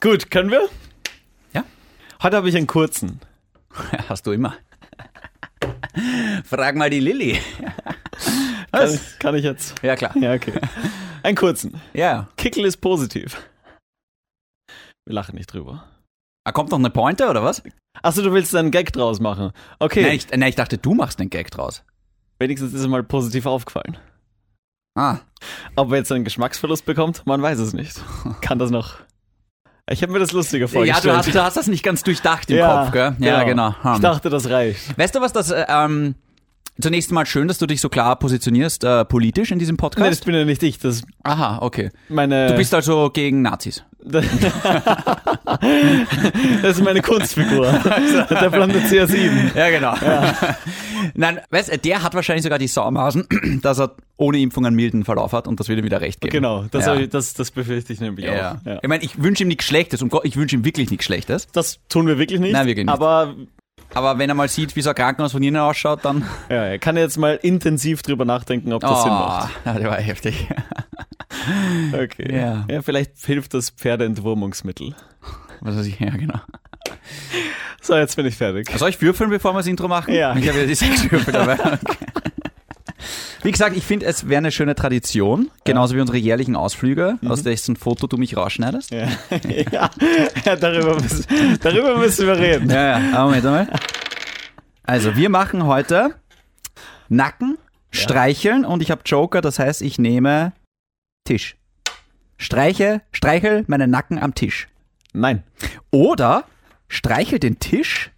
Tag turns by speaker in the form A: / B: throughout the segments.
A: Gut, können wir?
B: Ja.
A: Heute habe ich einen kurzen.
B: Hast du immer. Frag mal die Lilly.
A: Kann, kann ich jetzt?
B: Ja, klar.
A: Ja, okay. Einen kurzen.
B: Ja.
A: Kickel ist positiv. Wir lachen nicht drüber.
B: Ah, Kommt noch eine Pointe oder was?
A: Achso, du willst da einen Gag draus machen. Okay,
B: Nein, ich, nein, ich dachte, du machst einen Gag draus.
A: wenigstens ist es mal positiv aufgefallen.
B: Ah,
A: Ob er jetzt einen Geschmacksverlust bekommt, man weiß es nicht. Kann das noch. Ich habe mir das lustiger
B: ja,
A: vorgestellt.
B: du hast, du hast das nicht ganz durchdacht im Kopf, gell? Ja, genau. Hm.
A: Ich dachte, das reicht.
B: Weißt du was, das, äh, ähm, zunächst mal schön, dass du dich so klar positionierst, äh, politisch in diesem
A: Nein, das
B: Podcast.
A: bin ja nicht ich. Das ist
B: Aha, okay.
A: meine.
B: Du bist also gegen Nazis.
A: das ist meine Kunstfigur. Der blonde CR7.
B: Ja, genau. Nein, weißt du, der hat wahrscheinlich sogar die Saumasen, dass er ohne Impfung einen milden Verlauf hat und das wird ihm wieder recht geben.
A: Genau, das,
B: Ja.
A: hab ich, das, das befürchte ich nämlich
B: Ja.
A: auch. Ja.
B: Ich meine, ich wünsche ihm nichts Schlechtes, um Gott, ich wünsche ihm wirklich nichts Schlechtes.
A: Das tun wir wirklich nicht.
B: Nein, wirklich nicht.
A: Aber
B: Aber wenn er mal sieht, wie so ein Krankenhaus von innen ausschaut, dann.
A: ja, er kann jetzt mal intensiv drüber nachdenken, ob das Sinn macht.
B: ja, Ah, der war heftig.
A: Okay.
B: Ja.
A: ja, vielleicht hilft das Pferdeentwurmungsmittel.
B: Was weiß ich, ja, genau.
A: So, jetzt bin ich fertig.
B: Soll ich würfeln, bevor wir das Intro machen?
A: Ja.
B: Ich habe ja die sechs Würfel dabei. Okay. Wie gesagt, ich finde, es wäre eine schöne Tradition, genauso wie unsere jährlichen Ausflüge, aus dessen Foto du mich rausschneidest.
A: Ja, ja. ja darüber, müssen, darüber müssen wir reden.
B: Ja, ja, aber Moment einmal. Also, wir machen heute Nacken, Streicheln und ich habe Joker, das heißt, ich nehme Tisch. Streiche, streichel meinen Nacken am Tisch.
A: Nein.
B: Oder streichel den Tisch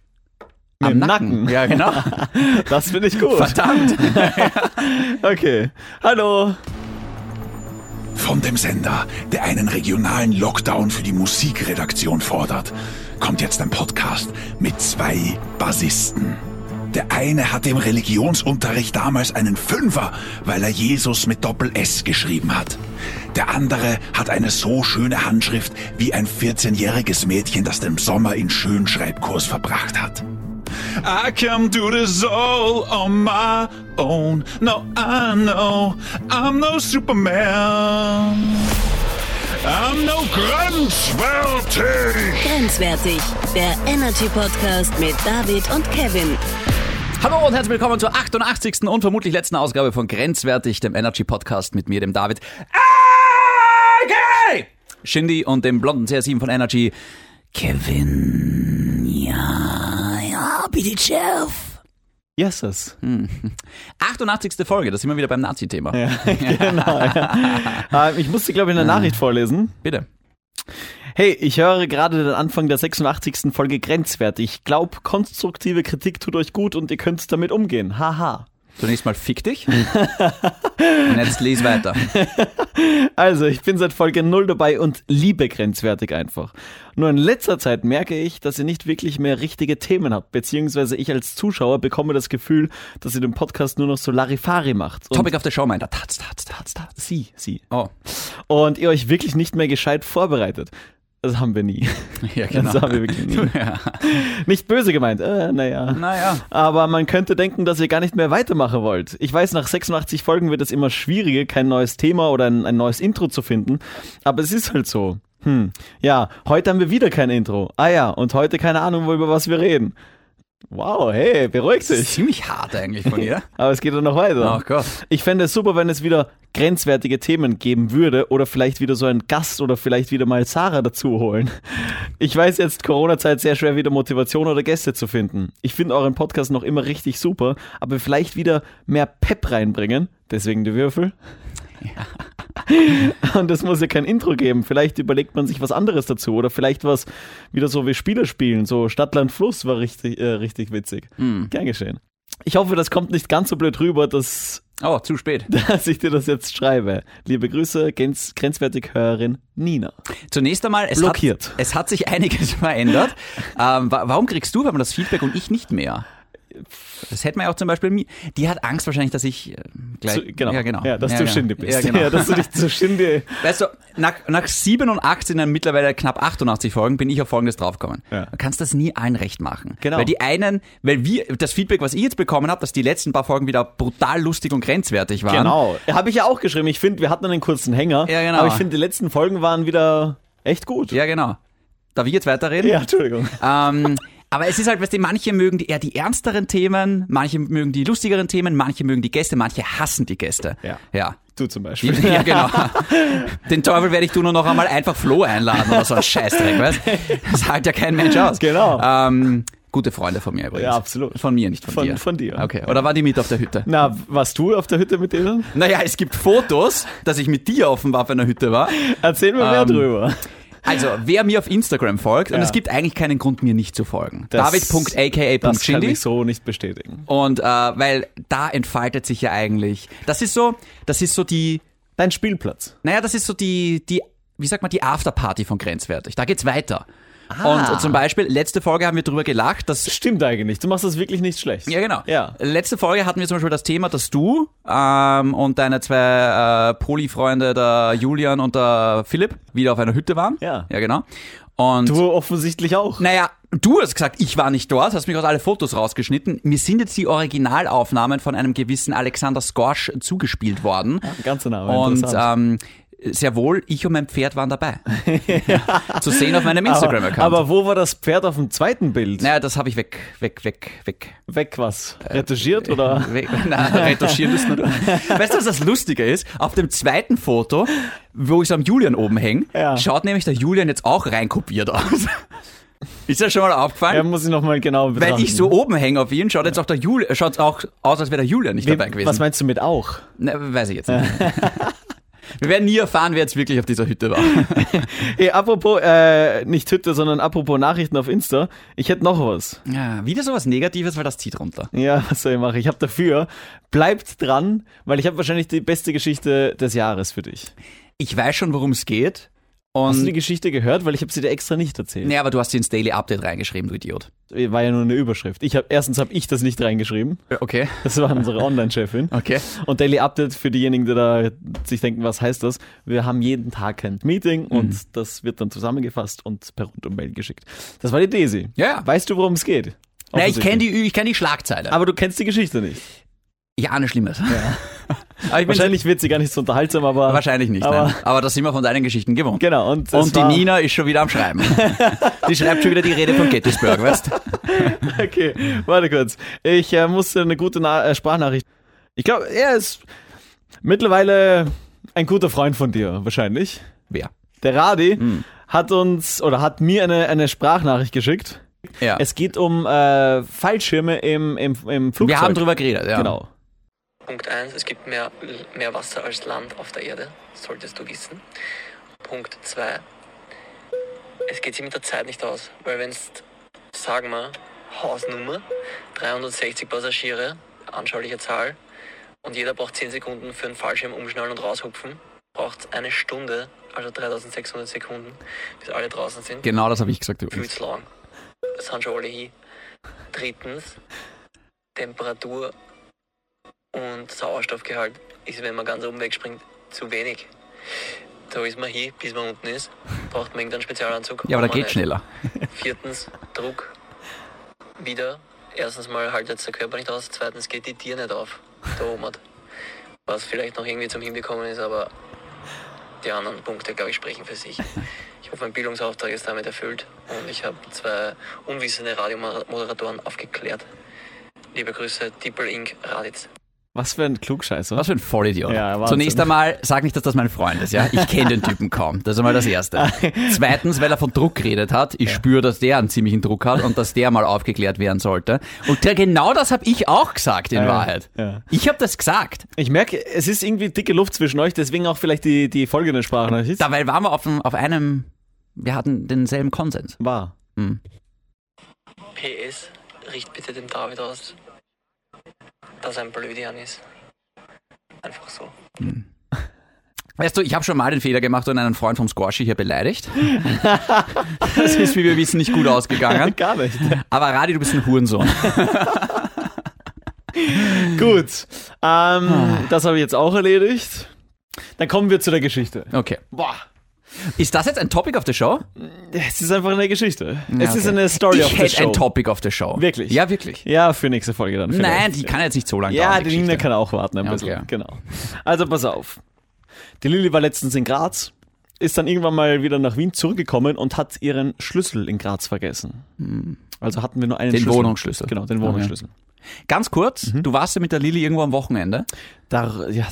B: am
A: Mit dem
B: Nacken.
A: Nacken.
B: Ja, genau.
A: Das finde ich gut.
B: Verdammt.
A: Okay. Hallo.
C: Von dem Sender, der einen regionalen Lockdown für die Musikredaktion fordert, kommt jetzt ein Podcast mit zwei Bassisten. Der eine hatte im Religionsunterricht damals einen Fünfer, weil er Jesus mit Doppel-S geschrieben hat. Der andere hat eine so schöne Handschrift wie ein 14-jähriges Mädchen, das den Sommer in Schönschreibkurs verbracht hat. I come to this all on my own. No, I know I'm no Superman. I'm no grenzwertig.
D: Grenzwertig, der Energy Podcast mit David und Kevin.
B: Hallo und herzlich willkommen zur 88. und vermutlich letzten Ausgabe von Grenzwertig, dem Energy Podcast mit mir, dem David. AK! Shindy und dem blonden CR7 von Energy, Kevin. Ja, ja, bitte Chef.
A: Yes, yes.
B: Hm. 88. Folge, da sind wir wieder beim Nazi-Thema.
A: genau. Ja. Ähm, Ich musste, glaube
B: Hm.
A: ich, eine Nachricht vorlesen.
B: Bitte.
A: Hey, ich höre gerade den Anfang der 86. Folge grenzwertig. Ich glaube, konstruktive Kritik tut euch gut und ihr könnt damit umgehen. Haha.
B: Zunächst mal fick dich. und jetzt les weiter.
A: Also, ich bin seit Folge 0 dabei und liebe grenzwertig einfach. Nur in letzter Zeit merke ich, dass ihr nicht wirklich mehr richtige Themen habt, beziehungsweise ich als Zuschauer bekomme das Gefühl, dass ihr den Podcast nur noch so Larifari macht. Und
B: Topic of the Show meint er. Taz, taz, taz, taz.
A: Sie, sie.
B: Oh,
A: Und ihr euch wirklich nicht mehr gescheit vorbereitet. Das haben wir nie.
B: ja, genau.
A: Das haben wir wirklich nie.
B: Ja.
A: Nicht böse gemeint, äh, naja.
B: Naja.
A: Aber man könnte denken, dass ihr gar nicht mehr weitermachen wollt. Ich weiß, nach 86 Folgen wird es immer schwieriger, kein neues Thema oder ein, ein neues Intro zu finden. Aber es ist halt so. Hm. Ja, heute haben wir wieder kein Intro. Ah ja, und heute keine Ahnung, wo- über was wir reden. Wow, hey, beruhigt
B: Das
A: dich.
B: ist ziemlich hart eigentlich von ihr.
A: Aber es geht doch noch weiter.
B: Oh Gott.
A: Ich fände es super, wenn es wieder grenzwertige Themen geben würde oder vielleicht wieder so einen Gast oder vielleicht wieder mal Sarah dazu holen. Ich weiß jetzt Corona-Zeit sehr schwer wieder Motivation oder Gäste zu finden. Ich finde euren Podcast noch immer richtig super, aber vielleicht wieder mehr Pep reinbringen, deswegen die Würfel. Und es muss ja kein Intro geben. Vielleicht überlegt man sich was anderes dazu oder vielleicht was wieder so wie Spiele spielen. So Stadtland Fluss war richtig, äh, richtig witzig. Gern geschehen. Ich hoffe, das kommt nicht ganz so blöd rüber, dass
B: Oh, zu spät.
A: dass ich dir das jetzt schreibe. Liebe Grüße, Grenz grenzwertig Hörerin Nina.
B: Zunächst einmal, es,
A: Blockiert.
B: Hat, es hat sich einiges verändert. ähm, wa warum kriegst du einmal das Feedback und ich nicht mehr? Das hätte man ja auch zum Beispiel. mi- Die hat Angst wahrscheinlich, dass ich äh, gleich.
A: Zu, genau.
B: Ja, genau.
A: Ja, dass du
B: genau.
A: Schinde bist.
B: Ja, genau.
A: dass du dich zu Schinde.
B: Weißt du, nach, nach 87, dann mittlerweile knapp 88 Folgen, bin ich auf Folgendes draufgekommen.
A: Ja.
B: Du kannst das nie allen recht machen.
A: Genau.
B: Weil die einen, weil wir, das Feedback, was ich jetzt bekommen habe, dass die letzten paar Folgen wieder brutal lustig und grenzwertig waren.
A: Genau. Habe ich ja auch geschrieben. Ich finde, wir hatten einen kurzen Hänger.
B: Ja, genau.
A: Aber ich finde, die letzten Folgen waren wieder echt gut.
B: Ja, genau. Darf ich jetzt weiterreden?
A: Ja, Entschuldigung.
B: Ähm, aber es ist halt, weißt du, manche mögen die eher die ernsteren Themen, manche mögen die lustigeren Themen, manche mögen die Gäste, manche hassen die Gäste.
A: Ja.
B: Ja.
A: Du zum Beispiel.
B: Ja, genau. Den Teufel werde ich du nur noch einmal einfach Flo einladen oder so ein Scheißdreck, weißt Das hält ja kein Mensch aus.
A: Genau.
B: Ähm, gute Freunde von mir übrigens.
A: Ja, absolut.
B: Von mir, nicht von,
A: Von-
B: dir.
A: von dir.
B: Okay. Oder war die mit auf der Hütte?
A: Na, warst du auf der Hütte mit denen?
B: Naja, es gibt Fotos, dass ich mit dir offenbar auf einer Hütte war.
A: Erzähl mir mehr
B: Ähm,
A: drüber.
B: Also, wer mir auf Instagram folgt, und
A: Ja.
B: es gibt eigentlich keinen Grund, mir nicht zu folgen.
A: Das- Das kann
B: David.aka.shindy.
A: ich so nicht bestätigen.
B: Und äh, weil da entfaltet sich ja eigentlich, das ist so, das ist so die,
A: Dein Spielplatz.
B: naja, das ist so die, die, wie sagt man, die Afterparty von Grenzwertig. Da geht's weiter.
A: Ah.
B: Und zum Beispiel, letzte Folge haben wir drüber gelacht, dass
A: Stimmt eigentlich. Du machst das wirklich nicht schlecht.
B: ja, genau.
A: Ja.
B: Letzte Folge hatten wir zum Beispiel das Thema, dass du ähm, und deine zwei äh, Poli-Freunde, der Julian und der Philipp, wieder auf einer Hütte waren.
A: Ja.
B: Ja, genau. Und
A: Du offensichtlich auch.
B: naja, du hast gesagt, ich war nicht dort, hast mich aus alle Fotos rausgeschnitten. Mir sind jetzt die Originalaufnahmen von einem gewissen Alexander Skorsch zugespielt worden.
A: Ganzer Name.
B: Und
A: interessant.
B: ähm, sehr wohl, ich und mein Pferd waren dabei. Zu sehen auf meinem Instagram-Account.
A: aber, aber wo war das Pferd auf dem zweiten Bild?
B: naja, das habe ich weg, weg, weg, weg.
A: Weg was? Retuschiert oder?
B: We- Nein, retuschieren ist nur du. Weißt du, was das Lustige ist? Auf dem zweiten Foto, wo ich so am Julian oben hänge,
A: Ja.
B: schaut nämlich der Julian jetzt auch reinkopiert aus. Ist das schon mal aufgefallen?
A: Ja, muss ich nochmal genau betrachten.
B: Weil ich so oben hänge auf ihn, schaut jetzt auch der Julian, schaut auch aus, als wäre der Julian nicht
A: Wem-
B: dabei gewesen.
A: Was meinst du mit auch?
B: Na, weiß ich jetzt nicht. Wir werden nie erfahren, wer jetzt wirklich auf dieser Hütte war.
A: Ey, apropos, äh, nicht Hütte, sondern apropos Nachrichten auf Insta. Ich hätte noch was.
B: Ja, wieder sowas Negatives, weil das zieht runter.
A: Ja, was soll ich machen? Ich habe dafür. Bleibt dran, weil ich habe wahrscheinlich die beste Geschichte des Jahres für dich.
B: Ich weiß schon, worum es geht.
A: Hast du die
B: Und
A: Geschichte gehört? Weil ich habe sie dir extra nicht erzählt.
B: nee, aber du hast sie ins Daily Update reingeschrieben, du Idiot.
A: War ja nur eine Überschrift. Ich hab, erstens habe ich das nicht reingeschrieben.
B: Äh, Okay.
A: Das war unsere Online-Chefin.
B: Okay.
A: Und Daily Update für diejenigen, die da sich denken, was heißt das? Wir haben jeden Tag ein Meeting
B: Mhm.
A: und das wird dann zusammengefasst und per Rundum-Mail geschickt. Das war die Daisy.
B: Ja.
A: Weißt du, worum es geht?
B: Na, ich kenne
A: Offensichtlich.
B: die, ich kenn die Schlagzeile.
A: Aber du kennst die Geschichte nicht.
B: ja, nicht Schlimmes. aber ich bin-
A: Wahrscheinlich wird sie gar nicht so unterhaltsam, aber.
B: wahrscheinlich nicht.
A: aber-
B: Aber, nein. aber das sind wir von deinen Geschichten gewohnt.
A: Genau. Und, es
B: Und die
A: war-
B: Nina ist schon wieder am Schreiben. die schreibt schon wieder die Rede von Gettysburg, weißt du?
A: Okay, warte kurz. Ich äh, musste eine gute Na äh, Sprachnachricht. Ich glaube, er ist mittlerweile ein guter Freund von dir, wahrscheinlich.
B: Wer?
A: Der Radi
B: Hm.
A: hat uns oder hat mir eine, eine Sprachnachricht geschickt.
B: Ja.
A: Es geht um äh, Fallschirme im, im, im Flugzeug.
B: wir haben drüber geredet, ja.
A: Genau.
E: Punkt 1, es gibt mehr, mehr Wasser als Land auf der Erde, solltest du wissen. Punkt 2, es geht sich mit der Zeit nicht aus, weil wenn es, sagen wir, Hausnummer, 360 Passagiere, anschauliche Zahl, und jeder braucht 10 Sekunden für einen Fallschirm umschnallen und raushupfen, braucht es eine Stunde, also 3600 Sekunden, bis alle draußen sind.
B: Genau das habe ich gesagt übrigens.
E: Fühlt's lang. Das sind schon alle hin. Drittens, Temperatur und Sauerstoffgehalt ist, wenn man ganz oben wegspringt, zu wenig. Da ist man hier, bis man unten ist, braucht man irgendeinen Spezialanzug.
B: Ja, aber da
E: Kann
B: geht
E: man nicht.
B: schneller.
E: Viertens, Druck. Wieder. Erstens mal haltet der Körper nicht aus, zweitens geht die Tier nicht auf. Da oben hat. Was vielleicht noch irgendwie zum Hinbekommen ist, aber die anderen Punkte, glaube ich, sprechen für sich. Ich hoffe, mein Bildungsauftrag ist damit erfüllt und ich habe zwei unwissende Radiomoderatoren aufgeklärt. Liebe Grüße, Dippel Inc. Raditz.
A: Was für ein Klugscheißer.
B: Was für ein Vollidiot.
A: Ja, Wahnsinn.
B: Zunächst einmal, sag nicht, dass das mein Freund ist, ja? Ich kenne den Typen kaum. Das ist einmal das Erste. Zweitens, weil er von Druck geredet hat. Ich spüre, dass der einen ziemlichen Druck hat und dass der mal aufgeklärt werden sollte. Und der, genau das habe ich auch gesagt, in
A: Ja,
B: Wahrheit.
A: ja.
B: Ich habe das gesagt.
A: Ich merke, es ist irgendwie dicke Luft zwischen euch, deswegen auch vielleicht die, die folgende Sprachnachricht.
B: Dabei waren wir auf, dem- auf einem, wir hatten denselben Konsens.
A: War.
E: PS, riecht bitte dem David aus, dass er ein Blödian ist. Einfach so.
B: Weißt du, ich habe schon mal den Fehler gemacht und einen Freund vom Squashi hier beleidigt. Das ist, wie wir wissen, nicht gut ausgegangen.
A: Gar nicht.
B: Aber Radi, du bist ein Hurensohn.
A: Gut.
B: Ah.
A: Ähm, das habe ich jetzt auch erledigt. Dann kommen wir zu der Geschichte.
B: Okay.
A: Boah.
B: Ist das jetzt ein Topic of the Show?
A: Es ist einfach eine Geschichte. es ist
B: okay.
A: eine Story
B: ich
A: Oh of the
B: hätte
A: Show.
B: ein Topic of the Show.
A: Wirklich?
B: Ja, wirklich.
A: Ja, für nächste Folge dann. vielleicht.
B: Nein, die kann jetzt nicht so lange
A: Ja,
B: dauern.
A: die Nina
B: Geschichte.
A: kann auch warten ein
B: Ja,
A: bisschen.
B: okay.
A: Genau. Also pass auf. Die Lilly war letztens in Graz ist dann irgendwann mal wieder nach Wien zurückgekommen und hat ihren Schlüssel in Graz vergessen. Also hatten wir nur einen
B: Hm. Den
A: Schlüssel.
B: Wohnungsschlüssel.
A: Genau, den
B: Ah, ja.
A: Wohnungsschlüssel.
B: Ganz kurz,
A: Mhm.
B: du warst ja mit der Lilly irgendwo am Wochenende.
A: Da, ja.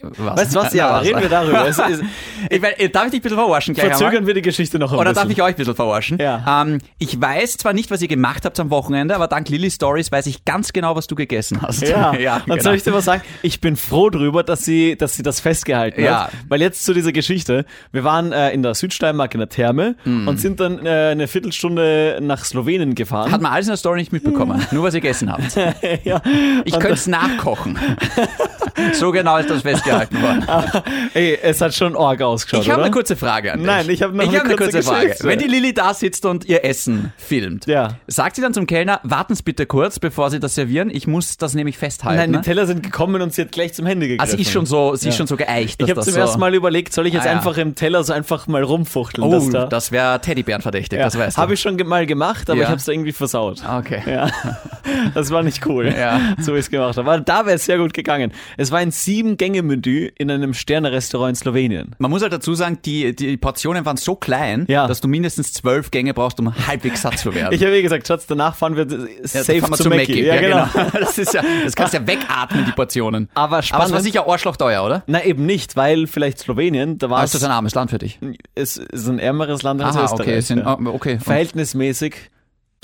A: Weißt du was? Ja, reden wir darüber. Es ist,
B: Ich mein, darf ich dich ein bisschen verarschen gleich? einmal?
A: verzögern wir die Geschichte noch ein
B: Oder darf
A: bisschen.
B: ich euch ein bisschen verarschen?
A: Ja.
B: Ähm, ich weiß zwar nicht, was ihr gemacht habt am Wochenende, aber dank Lilly Stories weiß ich ganz genau, was du gegessen hast.
A: Ja, und
B: genau.
A: soll ich dir was sagen? Ich bin froh drüber, dass sie, dass sie das festgehalten
B: Ja.
A: hat. Weil jetzt zu dieser Geschichte. Wir waren äh, in der Südsteiermark in der Therme
B: Hm.
A: und sind dann äh, eine Viertelstunde nach Slowenien gefahren.
B: Hat man alles in der Story nicht mitbekommen, nur was ihr gegessen habt.
A: ja.
B: Ich könnte es nachkochen. so genau ist das festgehalten worden.
A: Ah, Ey, es hat schon arg ausgeschaut,
B: Ich habe
A: oder?
B: eine kurze Frage an dich.
A: Nein, ich habe noch
B: ich
A: eine
B: hab eine kurze
A: kurze
B: Frage.
A: Geschichte.
B: Wenn die Lilly da sitzt und ihr Essen filmt,
A: Ja.
B: sagt sie dann zum Kellner, warten Sie bitte kurz, bevor Sie das servieren, ich muss das nämlich festhalten.
A: Nein, die Teller sind gekommen und sie hat gleich zum Handy gegriffen.
B: ne? also sie ist schon so, sie ist schon so geeicht. dass
A: Ich habe
B: das
A: zum
B: so
A: ersten Mal überlegt, soll ich jetzt
B: Ah, ja.
A: einfach im Teller so einfach mal rumfuchteln?
B: Oh,
A: dass da,
B: das wäre Teddybären verdächtig,
A: ja,
B: das weißt du.
A: Habe ich schon ge- mal gemacht, aber
B: Ja.
A: ich habe es irgendwie versaut.
B: Okay.
A: Ja, das war nicht cool,
B: Ja.
A: so wie ich es gemacht habe. Aber da wäre es sehr gut gegangen. Es war ein Sieben-Gänge-Menü in einem Sterne-Restaurant in Slowenien.
B: Man muss halt dazu sagen, die, die Portionen waren so klein,
A: Ja.
B: dass du mindestens zwölf Gänge brauchst, um halbwegs satt zu werden.
A: Ich habe eh gesagt, Schatz, danach fahren wir
B: Ja,
A: safe
B: fahren wir
A: zu, Mackie.
B: Mackie. Ja, genau. Das, ist ja, das kannst ja wegatmen, die Portionen.
A: Aber
B: Aber es
A: spannend.
B: war sicher Arschlochteuer, oder?
A: Na eben nicht, weil vielleicht Slowenien, da war
B: Also,
A: es
B: das ist ein armes Land für dich.
A: es ist ein ärmeres Land als
B: Aha,
A: Österreich.
B: okay. es Sind,
A: ja.
B: ah, okay. Und
A: Verhältnismäßig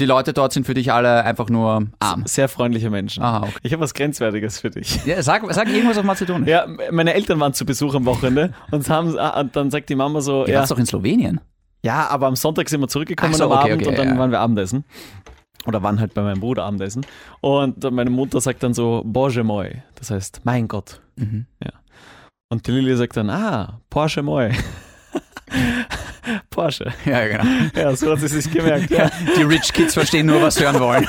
B: die Leute dort sind für dich alle einfach nur arm.
A: sehr freundliche Menschen.
B: Aha, okay.
A: Ich habe was Grenzwertiges für dich.
B: Ja, sag, sag irgendwas auf Mazedonisch.
A: Ja, m- meine Eltern waren zu Besuch am Wochenende und haben, ah, und dann sagt die Mama so,
B: Ihr
A: ja,
B: warst doch in Slowenien.
A: ja, aber am Sonntag sind wir zurückgekommen
B: Ach so,
A: am
B: okay,
A: Abend
B: okay,
A: und dann
B: ja.
A: waren wir Abendessen. Oder waren halt bei meinem Bruder Abendessen. Und meine Mutter sagt dann so, Bože moi, das heißt, mein Gott.
B: Mhm.
A: Ja. Und die Lilly sagt dann, ah, Porsche moi. Porsche.
B: Ja, genau.
A: Ja, so hat sie sich gemerkt. Ja.
B: Die Rich Kids verstehen nur, was sie hören wollen.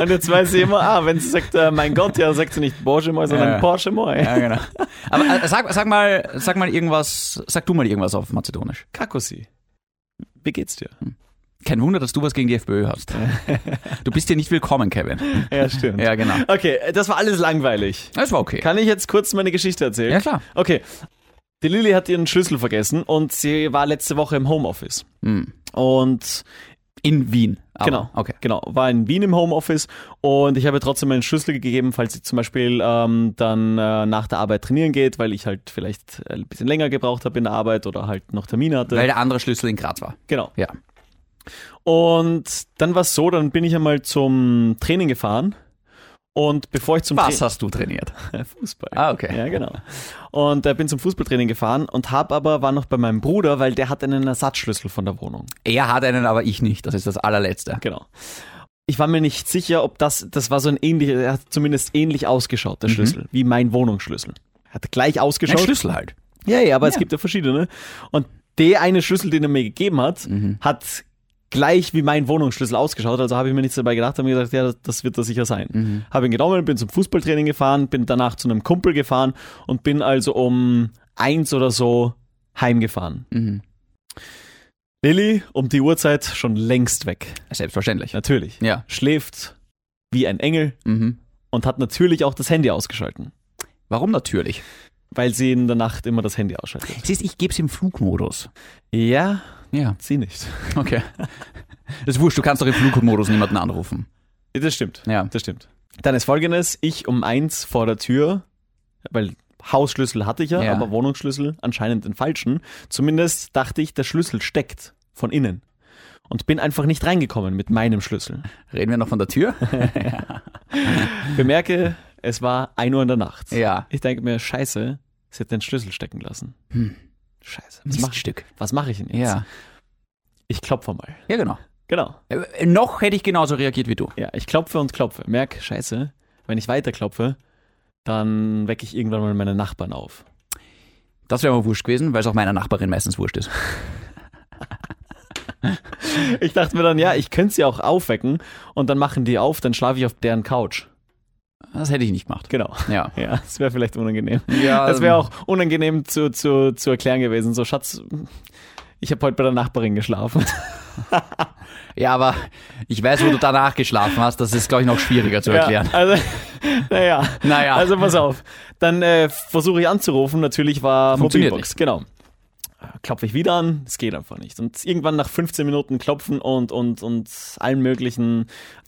A: Und jetzt weiß sie immer, ah, wenn sie sagt, äh, mein Gott, ja, sagt sie nicht Porsche moi, sondern
B: Ja.
A: Porsche moi.
B: Ja, genau. Aber äh, sag, sag, mal, sag mal irgendwas, sag du mal irgendwas auf Mazedonisch.
A: Kakosi. Wie geht's dir?
B: Kein Wunder, dass du was gegen die FPÖ hast. Du bist hier nicht willkommen, Kevin.
A: Ja, stimmt.
B: Ja, genau.
A: Okay, äh, das war alles langweilig.
B: Das war okay.
A: Kann ich jetzt kurz meine Geschichte erzählen?
B: Ja, klar.
A: Okay. Die Lilly hat ihren Schlüssel vergessen und sie war letzte Woche im Homeoffice.
B: Mhm.
A: Und
B: In Wien. aber-
A: genau,
B: Okay.
A: genau, war in Wien im Homeoffice und ich habe ihr trotzdem meinen Schlüssel gegeben, falls sie zum Beispiel ähm, dann äh, nach der Arbeit trainieren geht, weil ich halt vielleicht ein bisschen länger gebraucht habe in der Arbeit oder halt noch Termine hatte.
B: Weil der andere Schlüssel in Graz war.
A: genau.
B: Ja.
A: Und dann war es so, dann bin ich einmal zum Training gefahren und bevor ich zum
B: Was
A: Tra-
B: hast du trainiert?
A: Fußball.
B: Ah, okay.
A: Ja, genau. Und äh, bin zum Fußballtraining gefahren und habe aber, war noch bei meinem Bruder, weil der hat einen Ersatzschlüssel von der Wohnung.
B: Er hat einen, aber ich nicht. Das ist das allerletzte.
A: Genau. Ich war mir nicht sicher, ob das, das war so ein ähnlicher, er hat zumindest ähnlich ausgeschaut, der Schlüssel, wie mein Wohnungsschlüssel. Hat gleich
B: Mhm. Ein
A: ausgeschaut.
B: Schlüssel halt.
A: Ja, ja, aber es gibt ja verschiedene. Und der eine Schlüssel, den er mir gegeben hat,
B: Mhm.
A: hat gleich wie mein Wohnungsschlüssel ausgeschaut. Also habe ich mir nichts dabei gedacht, habe mir gedacht, ja, das wird das sicher sein.
B: Mhm,
A: Habe ihn genommen, bin zum Fußballtraining gefahren, bin danach zu einem Kumpel gefahren und bin also um eins oder so heimgefahren.
B: mhm.
A: Lilly, um die Uhrzeit schon längst weg.
B: Selbstverständlich.
A: Natürlich.
B: Ja.
A: Schläft wie ein Engel
B: Mhm.
A: und hat natürlich auch das Handy ausgeschalten,
B: Warum natürlich?
A: weil sie in der Nacht immer das Handy ausschaltet.
B: Siehst, ich gebe es im Flugmodus.
A: Ja,
B: Ja,
A: sie nicht.
B: okay. Das ist wurscht, du kannst doch im Flugmodus niemanden anrufen.
A: Das stimmt.
B: Ja.
A: Das stimmt. Dann ist folgendes: Ich um eins vor der Tür, weil Hausschlüssel hatte ich ja,
B: Ja.
A: aber Wohnungsschlüssel anscheinend den falschen. Zumindest dachte ich, der Schlüssel steckt von innen. Und bin einfach nicht reingekommen mit meinem Schlüssel.
B: Reden wir noch von der Tür?
A: Bemerke, es war 1 Uhr in der Nacht.
B: Ja.
A: Ich denke mir, scheiße, sie hat den Schlüssel stecken lassen. Scheiße. Was mache ich,
B: Hm. Miststück.
A: was mach ich denn jetzt?
B: Ja.
A: Ich klopfe mal.
B: Ja, genau.
A: Genau.
B: Äh, Noch hätte ich genauso reagiert wie du.
A: Ja, ich klopfe und klopfe. Merk, scheiße, wenn ich weiter klopfe, dann wecke ich irgendwann mal meine Nachbarn auf.
B: Das wäre mir wurscht gewesen, weil es auch meiner Nachbarin meistens wurscht ist.
A: Ich dachte mir dann, ja, ich könnte sie auch aufwecken und dann machen die auf, dann schlafe ich auf deren Couch.
B: Das hätte ich nicht gemacht.
A: Genau.
B: Ja.
A: Ja, das wäre vielleicht unangenehm.
B: Ja,
A: Das wäre auch unangenehm zu, zu, zu erklären gewesen. So, Schatz, ich habe heute bei der Nachbarin geschlafen.
B: ähm, Ja, aber ich weiß, wo du danach geschlafen hast. Das ist, glaube ich, noch schwieriger zu erklären.
A: Ja, also, Naja.
B: Naja.
A: Also pass auf. Dann äh, versuche ich anzurufen. Natürlich war
B: Funktioniert
A: Mobilbox. Genau. Äh, Klopfe ich wieder an. Es geht einfach nicht. Und irgendwann nach 15 Minuten klopfen und, und, und allen möglichen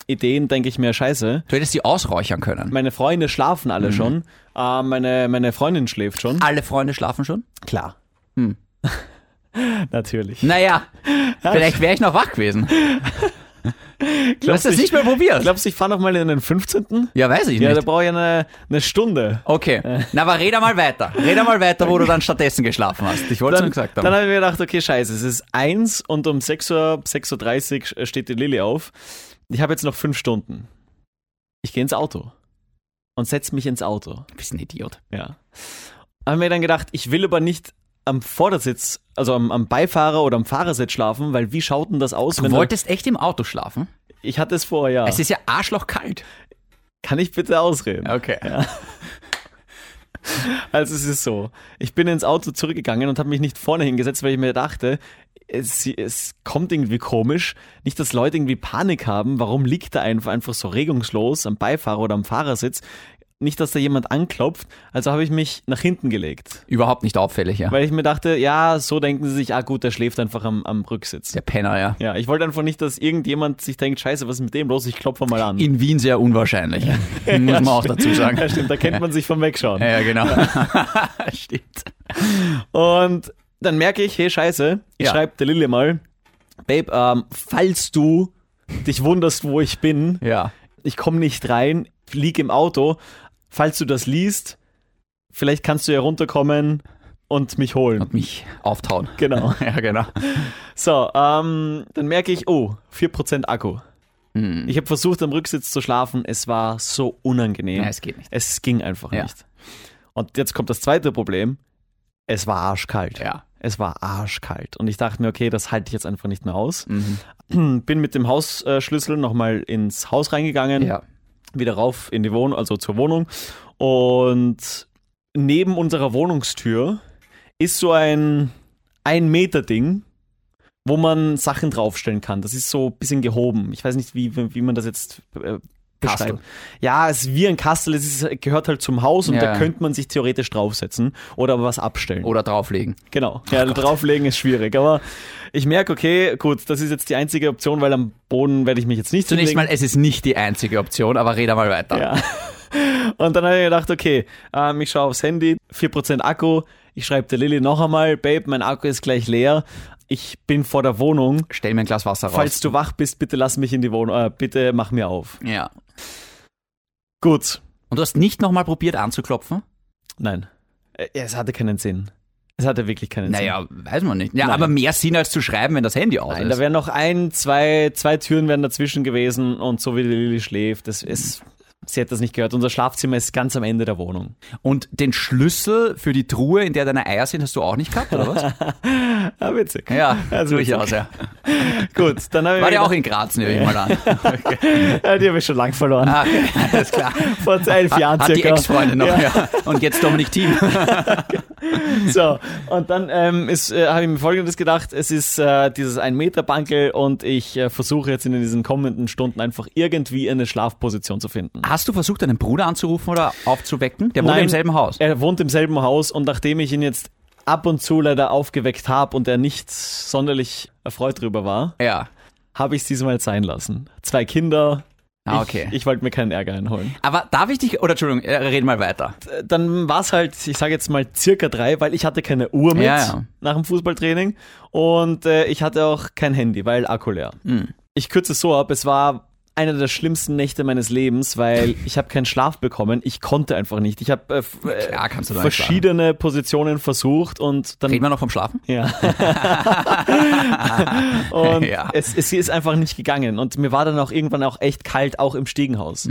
A: Ideen denke ich mir, scheiße.
B: Du hättest die ausräuchern können.
A: Meine Freunde schlafen
B: Mhm.
A: alle schon. Äh, meine, meine Freundin schläft schon.
B: Alle Freunde schlafen schon?
A: Klar.
B: Hm.
A: Natürlich.
B: Naja, vielleicht wäre ich noch wach gewesen. Du hast das
A: ich-
B: nicht mehr probiert.
A: Glaubst du, ich fahre nochmal in den 15.?
B: ja, weiß ich
A: Ja, da Äh.
B: nicht.
A: brauche ich eine, eine Stunde.
B: Okay, na aber red mal weiter. Red mal weiter, wo du dann stattdessen geschlafen hast. Ich wollte es
A: Dann,
B: nur gesagt
A: dann
B: haben.
A: habe ich mir gedacht, okay, scheiße, es ist 1 und um 6 Uhr, 6.30 Uhr steht die Lilly auf. Ich habe jetzt noch 5 Stunden. Ich gehe ins Auto und setze mich ins Auto.
B: Du bist ein Idiot.
A: Ja. Haben mir dann gedacht, ich will aber nicht am Vordersitz, also am, am Beifahrer oder am Fahrersitz schlafen, weil wie schaut denn das aus?
B: Du
A: wenn
B: wolltest echt im Auto schlafen?
A: dann, ich hatte es vor, ja.
B: Es ist ja arschlochkalt.
A: Kann ich bitte ausreden?
B: Okay.
A: Also es ist so, ich bin ins Auto zurückgegangen und habe mich nicht vorne hingesetzt, weil ich mir dachte, es, es kommt irgendwie komisch. Nicht, dass Leute irgendwie Panik haben. Warum liegt da einfach, einfach so regungslos am Beifahrer oder am Fahrersitz? Nicht, dass da jemand anklopft. Also habe ich mich nach hinten gelegt,
B: Überhaupt nicht auffällig, ja.
A: weil ich mir dachte, ja, so denken sie sich, ah gut, der schläft einfach am, am Rücksitz.
B: Der Penner, ja.
A: Ja, ich wollte einfach nicht, dass irgendjemand sich denkt, scheiße, was ist mit dem los? Ich klopfe mal an.
B: In Wien sehr unwahrscheinlich. Muss man auch dazu sagen.
A: Ja, stimmt, da kennt man sich vom Wegschauen.
B: Ja, genau. Stimmt.
A: Und dann merke ich, hey Scheiße, ich
B: Ja.
A: schreibe der Lilly mal, Babe, ähm, falls du dich wunderst, wo ich bin,
B: Ja.
A: ich komme nicht rein, lieg im Auto, falls du das liest, vielleicht kannst du ja runterkommen und mich holen.
B: Und mich auftauen.
A: Genau.
B: Ja, genau.
A: So, ähm, dann merke ich, oh, 4% Akku.
B: Hm.
A: Ich habe versucht, am Rücksitz zu schlafen, es war so unangenehm.
B: Ja, es geht nicht.
A: Es ging einfach
B: Ja.
A: nicht. Und jetzt kommt das zweite Problem, es war arschkalt.
B: Ja.
A: Es war arschkalt. Und ich dachte mir, okay, das halte ich jetzt einfach nicht mehr aus.
B: Mhm.
A: Bin mit dem Hausschlüssel nochmal ins Haus reingegangen,
B: Ja.
A: wieder rauf in die Wohnung, also zur Wohnung. Und neben unserer Wohnungstür ist so ein ein Meter Ding, wo man Sachen draufstellen kann. Das ist so ein bisschen gehoben. Ich weiß nicht, wie, wie man das jetzt äh,
B: Kastel.
A: beschreibt. Ja, es ist wie ein Kastel. Es ist, gehört halt zum Haus und
B: Ja.
A: da könnte man sich theoretisch draufsetzen oder was abstellen.
B: Oder drauflegen.
A: Genau. Ja,
B: Oh
A: drauflegen ist schwierig. Aber ich merke, okay, gut, das ist jetzt die einzige Option, weil am Boden werde ich mich jetzt nicht
B: Zunächst
A: hinlegen.
B: mal, es ist nicht die einzige Option, aber red mal weiter.
A: Ja. Und dann habe ich gedacht, okay, ähm, ich schaue aufs Handy, 4% Akku. Ich schreibe der Lilly noch einmal, Babe, mein Akku ist gleich leer. Ich bin vor der Wohnung.
B: Stell mir ein Glas Wasser
A: Falls
B: raus.
A: du wach bist, bitte lass mich in die Wohnung. Äh, bitte mach mir auf.
B: Ja.
A: Gut.
B: Und du hast nicht nochmal probiert anzuklopfen?
A: Nein. Äh, Es hatte keinen Sinn. Es hatte wirklich keinen Sinn.
B: Naja, weiß man nicht. Ja,
A: Nein.
B: aber mehr Sinn als zu schreiben, wenn das Handy aus
A: Nein, da
B: ist.
A: wären noch ein, zwei, zwei Türen wären dazwischen gewesen und so wie die Lilly schläft, das ist, sie hat das nicht gehört. Unser Schlafzimmer ist ganz am Ende der Wohnung.
B: Und den Schlüssel für die Truhe, in der deine Eier sind, hast du auch nicht gehabt, oder was?
A: Ah, witzig.
B: ja,
A: Also,
B: durchaus, ja.
A: Gut, dann habe ich
B: War
A: mir
B: der auch in Graz, nehme ich mal an.
A: gedacht, äh, die habe ich schon lang verloren.
B: Ah, alles klar.
A: Vor elf Jahren
B: Hat die
A: circa.
B: Ex-Freundin noch, ja. Und jetzt Dominik Thiem.
A: So, und dann ähm, ist, äh, habe ich mir folgendes gedacht: Es ist äh, dieses 1-Meter-Bankel und ich äh, versuche jetzt in diesen kommenden Stunden einfach irgendwie eine Schlafposition zu finden.
B: Hast du versucht, deinen Bruder anzurufen oder aufzuwecken? Der wohnt
A: Nein,
B: im selben Haus.
A: Er wohnt im selben Haus und nachdem ich ihn jetzt ab und zu leider aufgeweckt habe und er nicht sonderlich erfreut drüber war,
B: Ja.
A: habe ich es diesmal sein lassen. Zwei Kinder.
B: Ah, okay.
A: Ich, ich wollte mir keinen Ärger einholen.
B: Aber darf ich dich, oder Entschuldigung, äh, red mal weiter.
A: äh, dann war es halt, ich sage jetzt mal circa drei, weil ich hatte keine Uhr mit
B: Ja, ja.
A: nach dem Fußballtraining und äh, ich hatte auch kein Handy, weil Akku leer.
B: Hm.
A: Ich kürze es so ab, es war eine der schlimmsten Nächte meines Lebens, weil ich habe keinen Schlaf bekommen. Ich konnte einfach nicht. Ich habe äh, f- äh,
B: Klar kannst du da nicht
A: verschiedene Positionen versucht und dann
B: Reden wir noch vom Schlafen?
A: ja. und
B: Ja.
A: Es, es ist einfach nicht gegangen. Und mir war dann auch irgendwann auch echt kalt, auch im Stiegenhaus.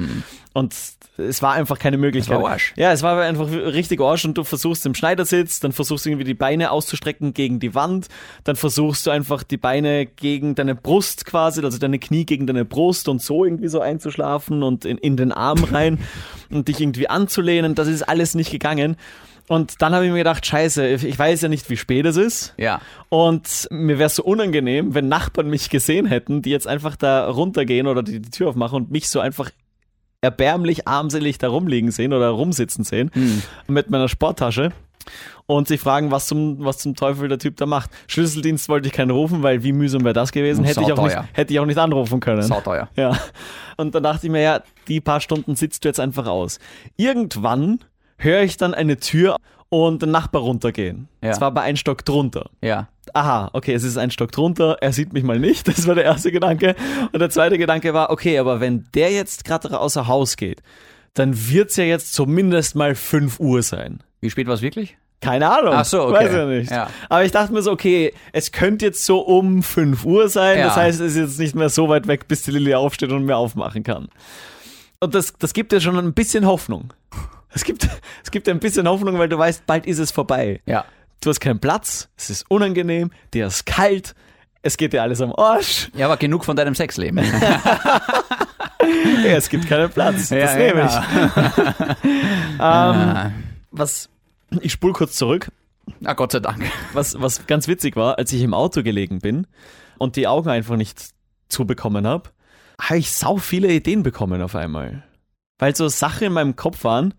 A: Und es war einfach keine Möglichkeit.
B: Es Hm. war Arsch.
A: Ja, es war einfach richtig Arsch und du versuchst im Schneidersitz, dann versuchst du irgendwie die Beine auszustrecken gegen die Wand, dann versuchst du einfach die Beine gegen deine Brust quasi, also deine Knie gegen deine Brust und so irgendwie so einzuschlafen und in, in den Arm rein und dich irgendwie anzulehnen. Das ist alles nicht gegangen. Und dann habe ich mir gedacht, scheiße, ich weiß ja nicht, wie spät es ist.
B: Ja.
A: Und mir wäre es so unangenehm, wenn Nachbarn mich gesehen hätten, die jetzt einfach da runtergehen oder die, die Tür aufmachen und mich so einfach erbärmlich armselig da rumliegen sehen oder rumsitzen sehen
B: Hm.
A: mit meiner Sporttasche und sie fragen, was zum, was zum Teufel der Typ da macht. Schlüsseldienst wollte ich keinen rufen, weil wie mühsam wäre das gewesen?
B: Und
A: Hätte ich, auch nicht,
B: Hm, sauteuer.
A: hätte ich auch nicht anrufen können.
B: Sauteuer.
A: Ja. Und dann dachte ich mir, ja, die paar Stunden sitzt du jetzt einfach aus. Irgendwann höre ich dann eine Tür und den Nachbar runtergehen.
B: Ja.
A: Es war aber ein Stock drunter.
B: Ja.
A: Aha, okay, es ist ein Stock drunter, er sieht mich mal nicht. Das war der erste Gedanke. Und der zweite Gedanke war, okay, aber wenn der jetzt gerade außer Haus geht, dann wird es ja jetzt zumindest mal 5 Uhr sein.
B: Wie spät war es wirklich?
A: Keine Ahnung.
B: Ach so, okay.
A: Weiß ich nicht.
B: Ja.
A: Aber ich dachte mir so, okay, es könnte jetzt so um 5 Uhr sein. Das
B: Ja.
A: heißt, es ist jetzt nicht mehr so weit weg, bis die Lilly aufsteht und mir aufmachen kann. Und das, das gibt dir schon ein bisschen Hoffnung. Es gibt, es gibt dir ein bisschen Hoffnung, weil du weißt, bald ist es vorbei.
B: Ja.
A: Du hast keinen Platz, es ist unangenehm, dir ist kalt, es geht dir alles am Arsch,
B: Ja, aber genug von deinem Sexleben.
A: es gibt keinen Platz. das
B: Ja,
A: nehme ich. Ähm,
B: genau. Ähm,
A: Was, ich spule kurz zurück.
B: Ah, Gott sei Dank.
A: Was, was ganz witzig war, als ich im Auto gelegen bin und die Augen einfach nicht zubekommen habe, habe ich sau viele Ideen bekommen auf einmal. Weil so Sachen in meinem Kopf waren,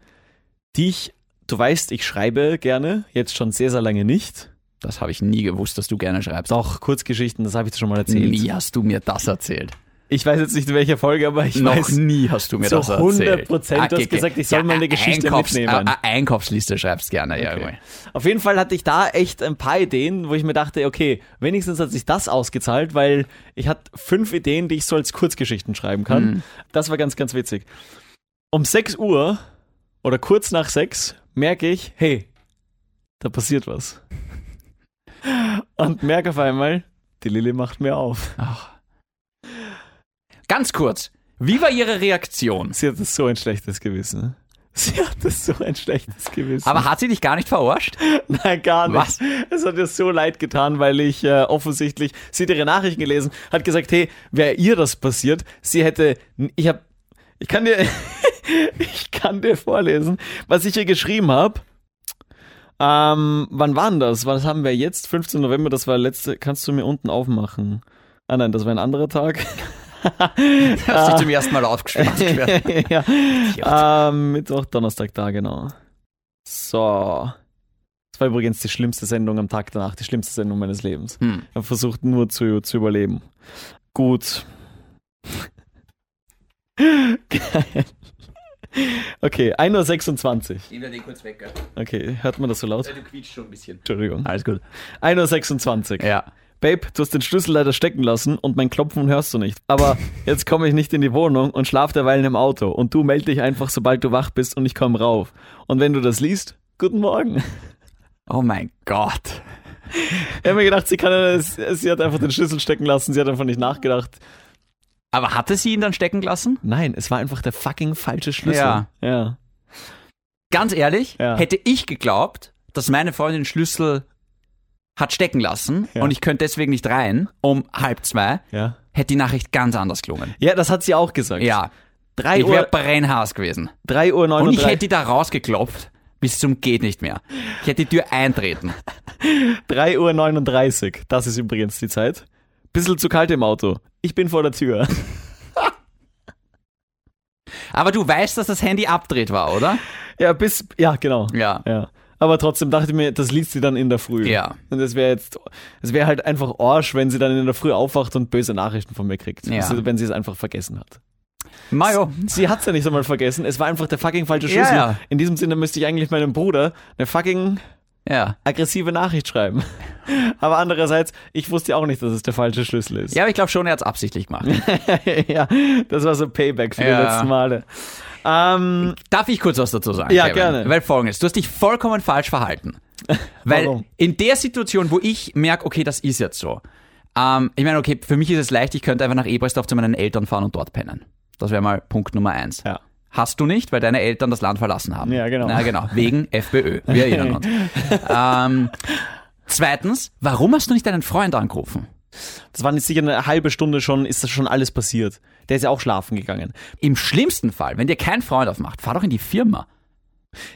A: die ich, du weißt, ich schreibe gerne, jetzt schon sehr, sehr lange nicht.
B: Das habe ich nie gewusst, dass du gerne schreibst.
A: Doch, Kurzgeschichten, das habe ich dir schon mal erzählt.
B: Nie hast du mir das erzählt.
A: Ich weiß jetzt nicht, in welcher Folge, aber ich
B: Noch
A: weiß.
B: nie hast du mir
A: zu
B: das erzählt. Ah,
A: 100% hast
B: Ackige.
A: gesagt, ich soll mal
B: äh,
A: eine Geschichte mitnehmen.
B: Ah, Einkaufsliste schreibst gerne, ja.
A: Okay.
B: Okay.
A: Auf jeden Fall hatte ich da echt ein paar Ideen, wo ich mir dachte, okay, wenigstens hat sich das ausgezahlt, weil ich hatte fünf Ideen, die ich so als Kurzgeschichten schreiben kann.
B: Mhm.
A: Das war ganz, ganz witzig. Um 6 Uhr oder kurz nach 6 merke ich, hey, da passiert was. Und merke auf einmal, die Lilly macht mir auf.
B: Ganz kurz. Wie war ihre Reaktion?
A: Sie hat so ein schlechtes Gewissen. Sie hat so ein schlechtes Gewissen.
B: Aber hat sie dich gar nicht verarscht?
A: Nein, gar nicht.
B: Was?
A: Es hat mir so leid getan, weil ich äh, offensichtlich, sie hat ihre Nachrichten gelesen, hat gesagt, hey, wäre ihr das passiert, sie hätte, ich hab, ich kann dir, ich kann dir vorlesen, was ich ihr geschrieben habe. Ähm, wann war denn das? Was haben wir jetzt? 15. November, das war letzte, kannst du mir unten aufmachen? Ah nein, das war ein anderer Tag.
B: Hast
A: Ah.
B: dich zum ersten Mal aufgeschwärzt?
A: ja. Ähm, Mittwoch, Donnerstag da, genau. So. Das war übrigens die schlimmste Sendung am Tag danach, die schlimmste Sendung meines Lebens.
B: Hm.
A: Ich habe versucht, nur zu, zu überleben. Gut. Geil. Okay, 1.26
B: Gib mir den kurz weg, gell? Äh,
A: Uhr. Okay, hört man das so laut?
B: Du quietscht schon ein bisschen.
A: Entschuldigung.
B: Alles gut.
A: 1.26 Uhr.
B: Ja.
A: Babe, du hast den Schlüssel leider stecken lassen und mein Klopfen hörst du nicht. Aber jetzt komme ich nicht in die Wohnung und schlaf derweil im Auto. Und du meld dich einfach, sobald du wach bist und ich komme rauf. Und wenn du das liest, guten Morgen.
B: Oh mein Gott.
A: Ich habe mir gedacht, sie, kann, äh, sie hat einfach den Schlüssel stecken lassen, sie hat einfach nicht nachgedacht.
B: Aber hatte sie ihn dann stecken lassen?
A: Nein, es war einfach der fucking falsche Schlüssel.
B: Ja.
A: ja.
B: Ganz ehrlich,
A: Ja.
B: hätte ich geglaubt, dass meine Freundin den Schlüssel hat stecken lassen
A: Ja.
B: und ich könnte deswegen nicht rein um halb zwei,
A: Ja.
B: hätte die Nachricht ganz anders gelungen.
A: Ja, das hat sie auch gesagt.
B: Ja,
A: 3
B: ich wäre
A: Uhr,
B: brennhaas gewesen.
A: 3 Uhr
B: Und ich
A: 39.
B: hätte die da rausgeklopft bis zum geht nicht mehr. Ich hätte die Tür eintreten.
A: 3 Uhr 39. Das ist übrigens die Zeit. Bissel zu kalt im Auto. Ich bin vor der Tür.
B: Aber du weißt, dass das Handy abdreht war, oder?
A: Ja, bis. Ja, genau.
B: Ja.
A: Ja. Aber trotzdem dachte ich mir, das liest sie dann in der Früh.
B: Ja.
A: Und das wäre jetzt, es wäre halt einfach Orsch, wenn sie dann in der Früh aufwacht und böse Nachrichten von mir kriegt.
B: Ja.
A: Also, wenn sie es einfach vergessen hat.
B: Mayo.
A: Sie hat es ja nicht einmal vergessen, es war einfach der fucking falsche
B: Ja,
A: Schlüssel.
B: ja.
A: In diesem Sinne müsste ich eigentlich meinem Bruder eine fucking
B: Ja.
A: aggressive Nachricht schreiben. Aber andererseits, ich wusste ja auch nicht, dass es der falsche Schlüssel ist.
B: Ja, aber ich glaube schon, er hat es absichtlich gemacht.
A: ja, das war so Payback für
B: Ja.
A: die letzten Male. Ähm,
B: Darf ich kurz was dazu sagen?
A: Ja,
B: Kevin?
A: gerne.
B: Weil folgendes, du hast dich vollkommen falsch verhalten. Weil
A: Warum?
B: in der Situation, wo ich merke, okay, das ist jetzt so. Ähm, ich meine, okay, für mich ist es leicht, ich könnte einfach nach Ebersdorf zu meinen Eltern fahren und dort pennen. Das wäre mal Punkt Nummer eins.
A: ja.
B: Hast du nicht, weil deine Eltern das Land verlassen haben.
A: Ja, genau.
B: Na, genau. Wegen FPÖ. Wir erinnern uns. ähm, zweitens, warum hast du nicht deinen Freund angerufen?
A: Das war jetzt sicher eine halbe Stunde schon, ist das schon alles passiert. Der ist ja auch schlafen gegangen.
B: Im schlimmsten Fall, wenn dir kein Freund aufmacht, fahr doch in die Firma.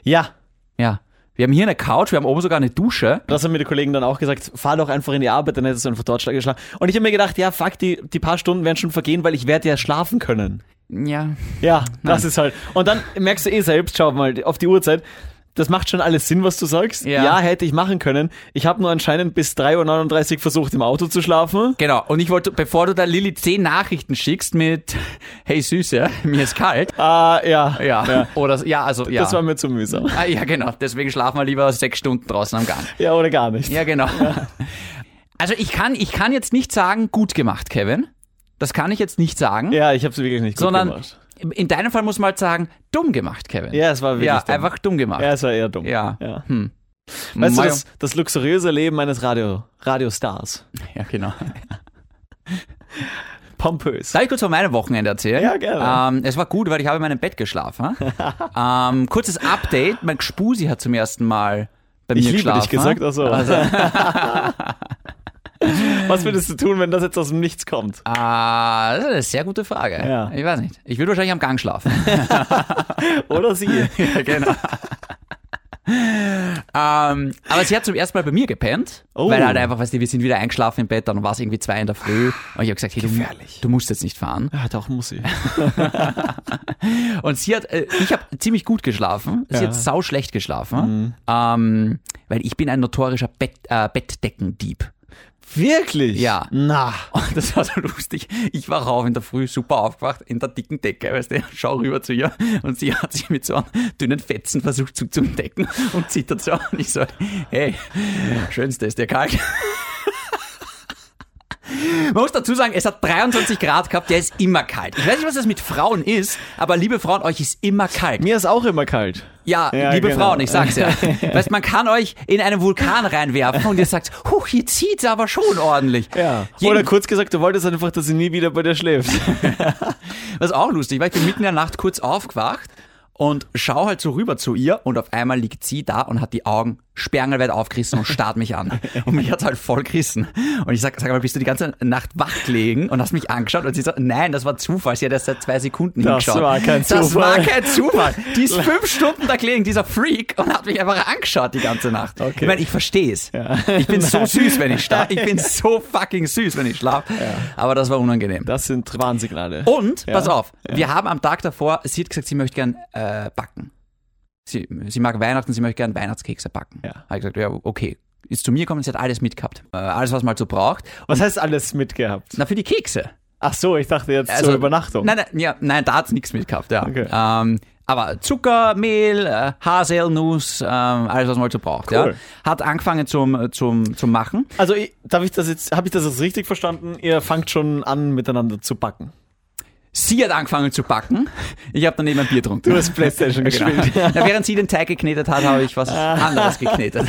A: Ja,
B: Ja. Wir haben hier eine Couch, wir haben oben sogar eine Dusche.
A: Das haben mir die Kollegen dann auch gesagt, fahr doch einfach in die Arbeit, dann hättest du einfach dort geschlafen. Und ich habe mir gedacht, ja, fuck, die, die paar Stunden werden schon vergehen, weil ich werde ja schlafen können.
B: Ja.
A: Ja, das ist halt. Und dann merkst du eh selbst, schau mal auf die Uhrzeit. Das macht schon alles Sinn, was du sagst.
B: Ja.
A: hätte ich machen können. Ich habe nur anscheinend bis 3.39 Uhr versucht, im Auto zu schlafen.
B: Genau. Und ich wollte, bevor du da Lilly zehn Nachrichten schickst mit Hey Süße, mir ist kalt.
A: Ah, ja.
B: Ja. Oder ja, also ja.
A: Das war mir zu mühsam.
B: ah, ja, genau. Deswegen schlafen wir lieber sechs Stunden draußen am Gang.
A: Ja, oder gar nicht.
B: Ja, genau. Also ich kann, ich kann jetzt nicht sagen, gut gemacht, Kevin. Das kann ich jetzt nicht sagen.
A: Ja, ich habe es wirklich nicht gut
B: sondern
A: gemacht.
B: in deinem Fall muss man halt sagen, dumm gemacht, Kevin.
A: Ja, es war wirklich
B: Ja,
A: dumm.
B: einfach dumm gemacht.
A: Ja, es war eher dumm.
B: Ja.
A: ja.
B: Hm.
A: Weißt du,
B: Mayo-
A: das, das luxuriöse Leben eines Radio, Radiostars.
B: ja, genau.
A: Pompös.
B: Darf ich kurz von meinem Wochenende erzählen?
A: Ja, gerne.
B: Ähm, es war gut, weil ich habe in meinem Bett geschlafen. ähm, kurzes Update. Mein Gspusi hat zum ersten Mal bei
A: Ich liebe
B: mir geschlafen.
A: dich gesagt, also. Was würdest du tun, wenn das jetzt aus dem Nichts kommt?
B: Ah, das ist eine sehr gute Frage.
A: Ja.
B: Ich weiß nicht. Ich würde wahrscheinlich am Gang schlafen.
A: Oder sie?
B: ja, genau. ähm, aber sie hat zum ersten Mal bei mir gepennt,
A: Oh.
B: weil halt einfach, weißt du, wir sind wieder eingeschlafen im Bett, dann war es irgendwie zwei in der Früh und ich habe gesagt, hey, du, du musst jetzt nicht fahren.
A: Ja, Ah, doch, muss sie.
B: Und sie hat, äh, ich habe ziemlich gut geschlafen. Sie
A: Ja.
B: hat sau schlecht geschlafen, ähm, weil ich bin ein notorischer Bett, äh, Bettdeckendieb.
A: Wirklich?
B: Ja.
A: Na.
B: Und das war so lustig. Ich war rauf in der Früh super aufgewacht in der dicken Decke, weißt du, schau rüber zu ihr und sie hat sich mit so einem dünnen Fetzen versucht zu, zu decken und zittert so. Und ich so, hey, schönste ist dir kalt. Man muss dazu sagen, es hat 23 Grad gehabt, der ist immer kalt. Ich weiß nicht, was das mit Frauen ist, aber liebe Frauen, euch ist immer kalt.
A: Mir ist auch immer kalt.
B: Ja,
A: Ja,
B: liebe
A: genau.
B: Frauen, ich sag's ja. weißt, man kann euch in einen Vulkan reinwerfen und ihr sagt, huch, hier zieht's aber schon ordentlich. Jeden,
A: Oder kurz gesagt, du wolltest einfach, dass sie nie wieder bei dir schläft.
B: was auch lustig war, ich bin mitten in der Nacht kurz aufgewacht und schau halt so rüber zu ihr und auf einmal liegt sie da und hat die Augen sperrangelweit aufgerissen und starrt mich an. Und mich hat's halt voll gerissen. Und ich sag, sag mal, bist du die ganze Nacht wach gelegen und hast mich angeschaut? Und sie sagt, nein, das war Zufall. Sie hat erst seit zwei Sekunden
A: Das
B: hingeschaut.
A: war kein
B: Das
A: Zufall.
B: war kein Zufall. Die ist fünf Stunden da gelegen, dieser Freak, und hat mich einfach angeschaut die ganze Nacht. Ich meine, ich verstehe es. Ich bin so süß, wenn ich schlafe. Ich bin so fucking süß, wenn ich schlafe. Aber das war unangenehm.
A: Das sind Warnsignale.
B: Und, pass auf, wir haben am Tag davor, sie hat gesagt, sie möchte gern äh, backen. Sie, sie mag Weihnachten, sie möchte gern Weihnachtskekse backen.
A: Ja.
B: Habe ich gesagt, ja, okay. Ist zu mir gekommen, sie hat alles mitgehabt. Äh, alles, was man halt so braucht.
A: Was heißt alles mitgehabt?
B: Na, für die Kekse. Also,
A: Ach so, ich dachte jetzt zur Übernachtung.
B: Nein, nein, ja, nein da hat es nichts mitgehabt, ja.
A: Okay.
B: Ähm, aber Zucker, Mehl, äh, Haselnuss, ähm, alles, was man halt so braucht.
A: Cool.
B: Ja. Hat angefangen zum, zum, zum Machen.
A: Also, ich- darf ich das jetzt, habe ich das jetzt richtig verstanden? Ihr fangt schon an, miteinander zu backen.
B: Sie hat angefangen zu backen. Ich habe daneben ein Bier getrunken.
A: Du hast Playstation gespielt. Ah.
B: Genau. Ja, während sie den Teig geknetet hat, habe ich was anderes geknetet.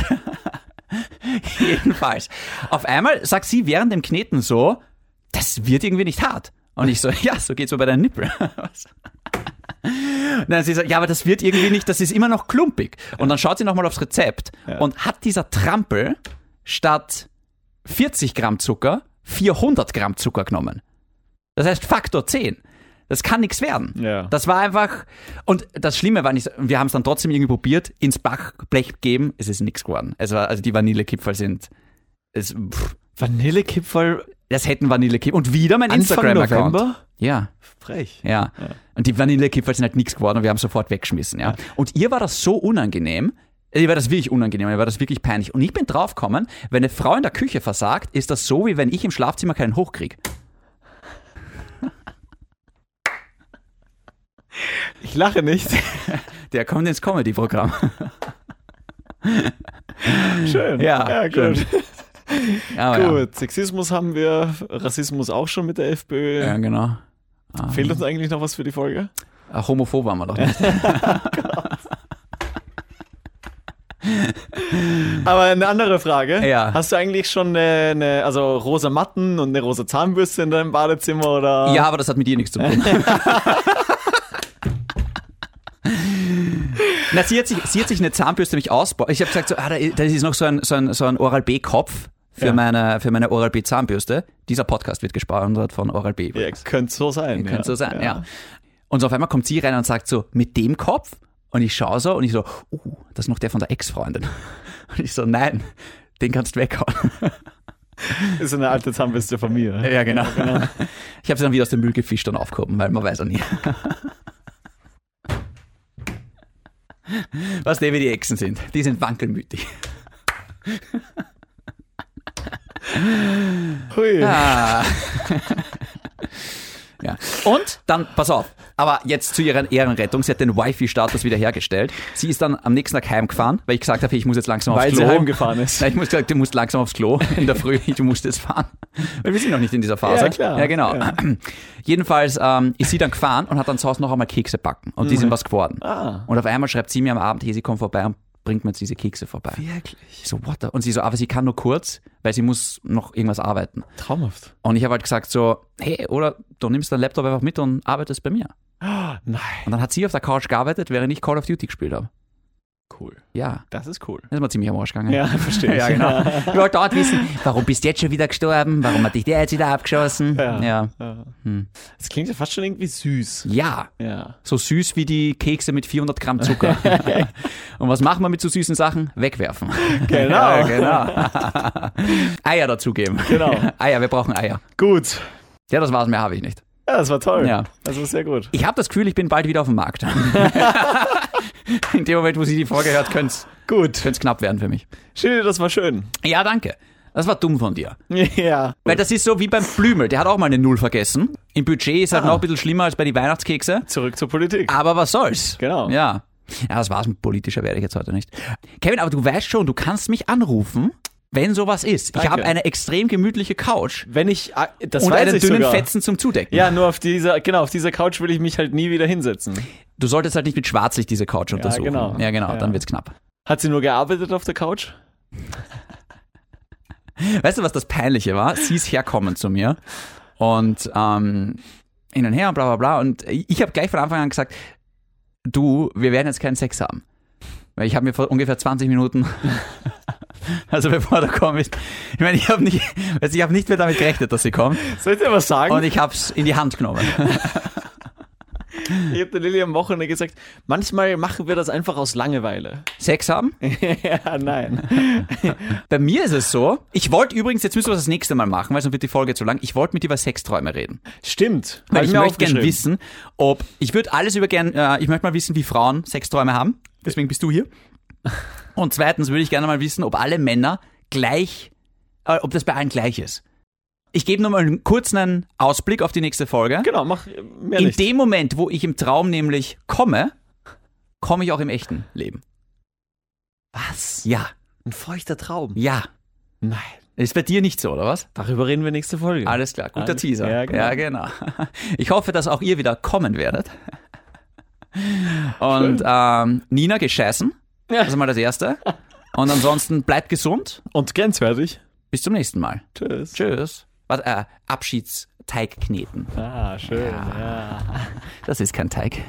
B: Jedenfalls. Auf einmal sagt sie während dem Kneten so, das wird irgendwie nicht hart. Und ich so, ja, so geht's mir bei deinen Nippel. Und dann sie sagt, ja, aber das wird irgendwie nicht, das ist immer noch klumpig. Und dann schaut sie nochmal aufs Rezept und hat dieser Trampel statt 40 Gramm Zucker 400 Gramm Zucker genommen. Das heißt Faktor 10. Das kann nichts werden.
A: Ja.
B: Das war einfach. Und das Schlimme war nicht, wir haben es dann trotzdem irgendwie probiert, ins Backblech gegeben, es ist nichts geworden. Es war, also die Vanillekipferl sind. Es, pff,
A: Vanillekipferl
B: das hätten Vanillekipferl. Und wieder mein
A: Anfang
B: Instagram-Account.
A: November?
B: Ja.
A: Frech.
B: Ja. Und die Vanillekipferl sind halt nichts geworden und wir haben sofort weggeschmissen, ja. Und ihr war das so unangenehm. Ihr war das wirklich unangenehm, ihr war das wirklich peinlich. Und ich bin draufgekommen, wenn eine Frau in der Küche versagt, ist das so, wie wenn ich im Schlafzimmer keinen hochkrieg.
A: Ich lache nicht.
B: Der kommt ins Comedy-Programm.
A: Schön.
B: Ja,
A: ja gut.
B: Aber Ja,
A: Gut, Sexismus haben wir, Rassismus auch schon mit der FPÖ.
B: ja, genau.
A: Fehlt uns eigentlich noch was für die Folge?
B: Ach, homophob waren wir doch nicht.
A: Aber eine andere Frage.
B: Ja.
A: Hast du eigentlich schon eine, eine also rosa Matten und eine rosa Zahnbürste in deinem Badezimmer oder?
B: Ja, aber das hat mit dir nichts zu tun. Na, sie hat sich, sie hat sich eine Zahnbürste nämlich ausbaut. Ich habe gesagt, so, ah, da, da ist noch so ein, so ein, so ein Oral-B-Kopf für,
A: Ja.
B: meine, für meine Oral-B-Zahnbürste. Dieser Podcast wird gesponsert von Oral-B.
A: Ja,
B: übrigens.
A: könnte so sein.
B: Könnte so sein, ja. Und so auf einmal kommt sie rein und sagt so, mit dem Kopf? Und ich schaue so und ich so, oh, uh, das ist noch der von der Ex-Freundin. Und ich so, nein, den kannst du weghauen.
A: Ist eine alte Zahnbürste von mir.
B: Ja, genau. Ich habe sie dann wieder aus dem Müll gefischt und aufgehoben, weil man weiß ja nie. Was die, wie die Echsen sind. Die sind wankelmütig.
A: Hui.
B: Ah. ja. Und dann, pass auf, aber jetzt zu ihrer Ehrenrettung. Sie hat den Wi-Fi-Status wiederhergestellt. Sie ist dann am nächsten Tag heimgefahren, weil ich gesagt habe, hey, ich muss jetzt langsam
A: Weil
B: aufs
A: sie
B: Klo.
A: heimgefahren ist.
B: Nein, ich muss gesagt, du musst langsam aufs Klo in der Früh, du musst jetzt fahren. Weil wir sind noch nicht in dieser Phase.
A: Ja, klar.
B: Ja, genau.
A: Ja.
B: Jedenfalls ähm, ist sie dann gefahren und hat dann zu Hause noch einmal Kekse backen. Und die sind was geworden.
A: Ah.
B: Und auf einmal schreibt sie mir am Abend, hey, sie kommt vorbei und bringt mir jetzt diese Kekse vorbei.
A: Wirklich.
B: Ich so, what the? Und sie so, aber sie kann nur kurz, weil sie muss noch irgendwas arbeiten.
A: Traumhaft.
B: Und ich habe halt gesagt so, hey, oder du nimmst deinen Laptop einfach mit und arbeitest bei mir.
A: Ah, Nein.
B: Und dann hat sie auf der Couch gearbeitet, während ich Call of Duty gespielt habe.
A: Cool.
B: Ja,
A: Das ist cool.
B: das ist mir ziemlich am Arsch gegangen.
A: Ja, verstehe ich.
B: Ja, genau. Ich wollte dort wissen, warum bist du jetzt schon wieder gestorben? Warum hat dich der jetzt wieder abgeschossen?
A: Ja.
B: ja.
A: Ja.
B: Hm.
A: Das klingt ja fast schon irgendwie süß.
B: Ja,
A: Ja.
B: so süß wie die Kekse mit 400 Gramm Zucker. Und was machen wir mit so süßen Sachen? Wegwerfen.
A: Genau.
B: Ja, genau. Eier dazugeben.
A: Genau.
B: Eier, wir brauchen Eier.
A: Gut.
B: Ja, das war's, mehr habe ich nicht.
A: Ja, das war toll.
B: Ja.
A: Das war sehr gut.
B: Ich habe das Gefühl, ich bin bald wieder auf dem Markt. In dem Moment, wo Sie die Folge hört, könnte
A: Gut.
B: es knapp werden für mich.
A: Schön, das war schön.
B: Ja, danke. Das war dumm von dir.
A: Ja.
B: Weil das ist so wie beim Blümel, der hat auch mal eine Null vergessen. Im Budget
A: Ah.
B: ist halt noch ein bisschen schlimmer als bei den Weihnachtskekse.
A: Zurück zur Politik.
B: Aber was soll's?
A: Genau.
B: Ja. Ja, das war's. Politischer werde ich jetzt heute nicht. Kevin, aber du weißt schon, du kannst mich anrufen, wenn sowas ist. Ich
A: Danke.
B: habe eine extrem gemütliche Couch
A: Wenn ich, ah, das
B: und
A: weiß
B: einen
A: ich
B: dünnen
A: sogar.
B: Fetzen zum Zudecken.
A: Ja, nur auf dieser, genau, auf dieser Couch will ich mich halt nie wieder hinsetzen.
B: Du solltest halt nicht mit Schwarzlicht diese Couch untersuchen.
A: genau.
B: Ja, genau,
A: Ja.
B: dann wird's knapp.
A: Hat sie nur gearbeitet auf der Couch?
B: Weißt du, was das Peinliche war? Sie ist herkommen zu mir und ähm, hin und her und bla bla bla. Und ich habe gleich von Anfang an gesagt, du, wir werden jetzt keinen Sex haben. Weil ich habe mir vor ungefähr 20 Minuten, also bevor du kommst, ich meine, ich habe nicht, weißt, du, ich habe nicht mehr damit gerechnet, dass sie kommt.
A: Soll ich dir was sagen?
B: Und ich habe es in die Hand genommen.
A: Ich habe der Lilly am Wochenende gesagt, manchmal machen wir das einfach aus Langeweile.
B: Sex haben?
A: ja, nein.
B: Bei mir ist es so, ich wollte übrigens, jetzt müssen wir das das nächste Mal machen, weil sonst wird die Folge zu lang, ich wollte mit dir über Sexträume reden.
A: Stimmt.
B: Weil
A: Hab
B: ich
A: mir
B: möchte gern
A: aufgeschrieben.
B: wissen, ob ich würde alles über gern, äh, ich möchte mal wissen, wie Frauen Sexträume haben. Deswegen bist du hier. Und zweitens würde ich gerne mal wissen, ob alle Männer gleich, äh, ob das bei allen gleich ist. Ich gebe nur mal einen kurzen einen Ausblick auf die nächste Folge.
A: Genau, mach äh, mehr
B: In
A: nicht.
B: dem Moment, wo ich im Traum nämlich komme, komme ich auch im echten Leben.
A: was?
B: Ja,
A: Ein feuchter Traum.
B: ja.
A: Nein.
B: Ist bei dir nicht so, oder was?
A: Darüber reden wir nächste Folge.
B: Alles klar, guter
A: Alles-
B: Teaser.
A: ja, genau.
B: Ich hoffe, dass auch ihr wieder kommen werdet. Und ähm, Nina gescheißen. Das ist mal das Erste. Und ansonsten bleibt gesund.
A: Und grenzwertig.
B: Bis zum nächsten Mal.
A: Tschüss.
B: Tschüss. Was, äh, Abschiedsteig kneten.
A: Ah, schön. ja.
B: Das ist kein Teig.